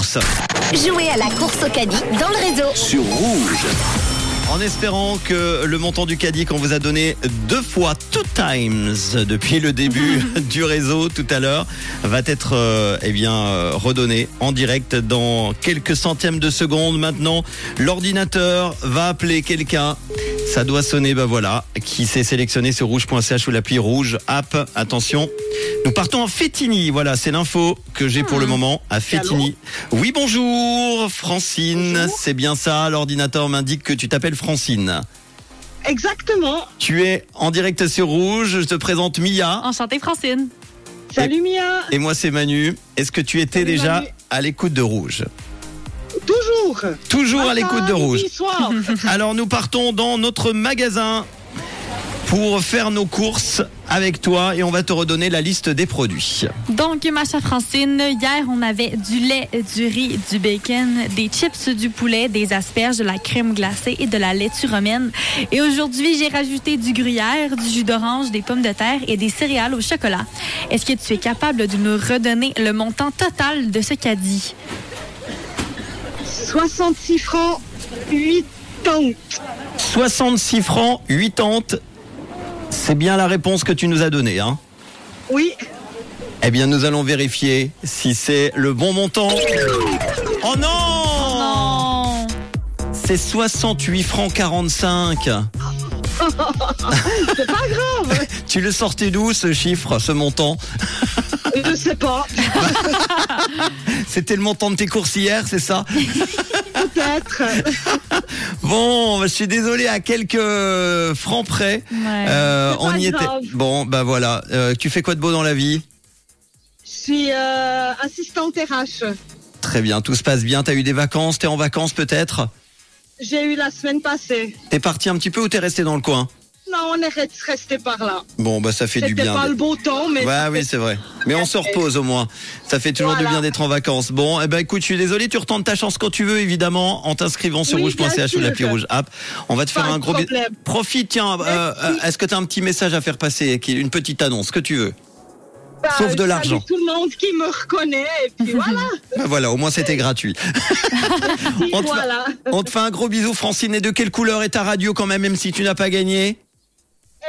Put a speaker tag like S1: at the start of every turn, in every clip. S1: course.
S2: Jouez à la course au caddie dans le réseau.
S3: sur rouge.
S1: En espérant que le montant du caddie qu'on vous a donné deux fois, two times, depuis le début du réseau tout à l'heure, va être euh, eh bien euh, redonné en direct dans quelques centièmes de seconde. Maintenant, l'ordinateur va appeler quelqu'un. Ça doit sonner, bah voilà, qui s'est sélectionné sur rouge.ch ou l'appli rouge app. Attention, nous partons en Fétigny. Voilà, c'est l'info que j'ai pour le moment à Fétigny. Oui, bonjour, Francine. C'est bien ça. L'ordinateur m'indique que tu t'appelles Francine.
S4: Exactement.
S1: Tu es en direct sur Rouge. Je te présente Mia.
S5: Enchantée, Francine.
S4: Salut Mia.
S1: Et moi, c'est Manu. Est-ce que tu étais
S4: Salut,
S1: déjà
S4: Manu.
S1: à l'écoute de Rouge
S4: Toujours.
S1: Toujours à l'écoute de
S4: Matin,
S1: Rouge.
S4: midi, soir.
S1: Alors, nous partons dans notre magasin pour faire nos courses avec toi et on va te redonner la liste des produits.
S5: Donc, ma chère Francine, hier, on avait du lait, du riz, du bacon, des chips, du poulet, des asperges, de la crème glacée et de la laitue romaine. Et aujourd'hui, j'ai rajouté du gruyère, du jus d'orange, des pommes de terre et des céréales au chocolat. Est-ce que tu es capable de nous redonner le montant total de ce caddie?
S4: 66 francs 80.
S1: 66 francs 80. C'est bien la réponse que tu nous as donnée. Hein
S4: Oui.
S1: eh bien, nous allons vérifier si c'est le bon montant. Oh non
S5: Non!
S1: C'est 68 francs 45.
S4: C'est pas grave.
S1: Tu le sortais d'où ce chiffre, ce montant
S4: Je sais pas.
S1: C'était le montant de tes courses hier, c'est ça
S4: Peut-être.
S1: Bon, je suis désolé, à quelques euh, francs près,
S5: Ouais.
S1: euh,
S4: C'est
S1: on
S4: pas
S1: y
S4: grave.
S1: était. Bon, bah voilà. Euh, tu fais quoi de beau dans la vie
S4: Je suis euh, assistante RH.
S1: Très bien, tout se passe bien. T'as eu des vacances T'es en vacances peut-être
S4: J'ai eu la semaine passée.
S1: T'es parti un petit peu ou t'es resté dans le coin
S4: Non, on est resté par là.
S1: Bon, bah ça fait du
S4: C'était
S1: bien.
S4: pas le beau temps, mais
S1: Ouais, oui, c'est vrai. Mais on se repose au moins. Ça fait toujours du
S4: Voilà.
S1: bien d'être en vacances. Bon, eh ben écoute, je suis désolé, tu retentes ta chance quand tu veux, évidemment, en t'inscrivant sur
S4: Oui, bien
S1: rouge.ch ou
S4: sûr.
S1: l'appli rouge app. On va te faire
S4: Pas
S1: un
S4: de
S1: gros bi-
S4: problème.
S1: Profite, tiens, euh,
S4: Merci.
S1: euh, est-ce que t'as un petit message à faire passer, qui- une petite annonce, que tu veux
S4: bah,
S1: sauf de
S4: salut
S1: l'argent.
S4: Tout le monde qui me reconnaît. Et puis voilà.
S1: Ben Voilà, au moins c'était gratuit.
S4: Puis
S1: On te fait-
S4: voilà.
S1: On te fait un gros bisou, Francine. Et de quelle couleur est ta radio quand même, même si tu n'as pas gagné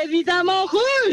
S4: Évidemment, rouge.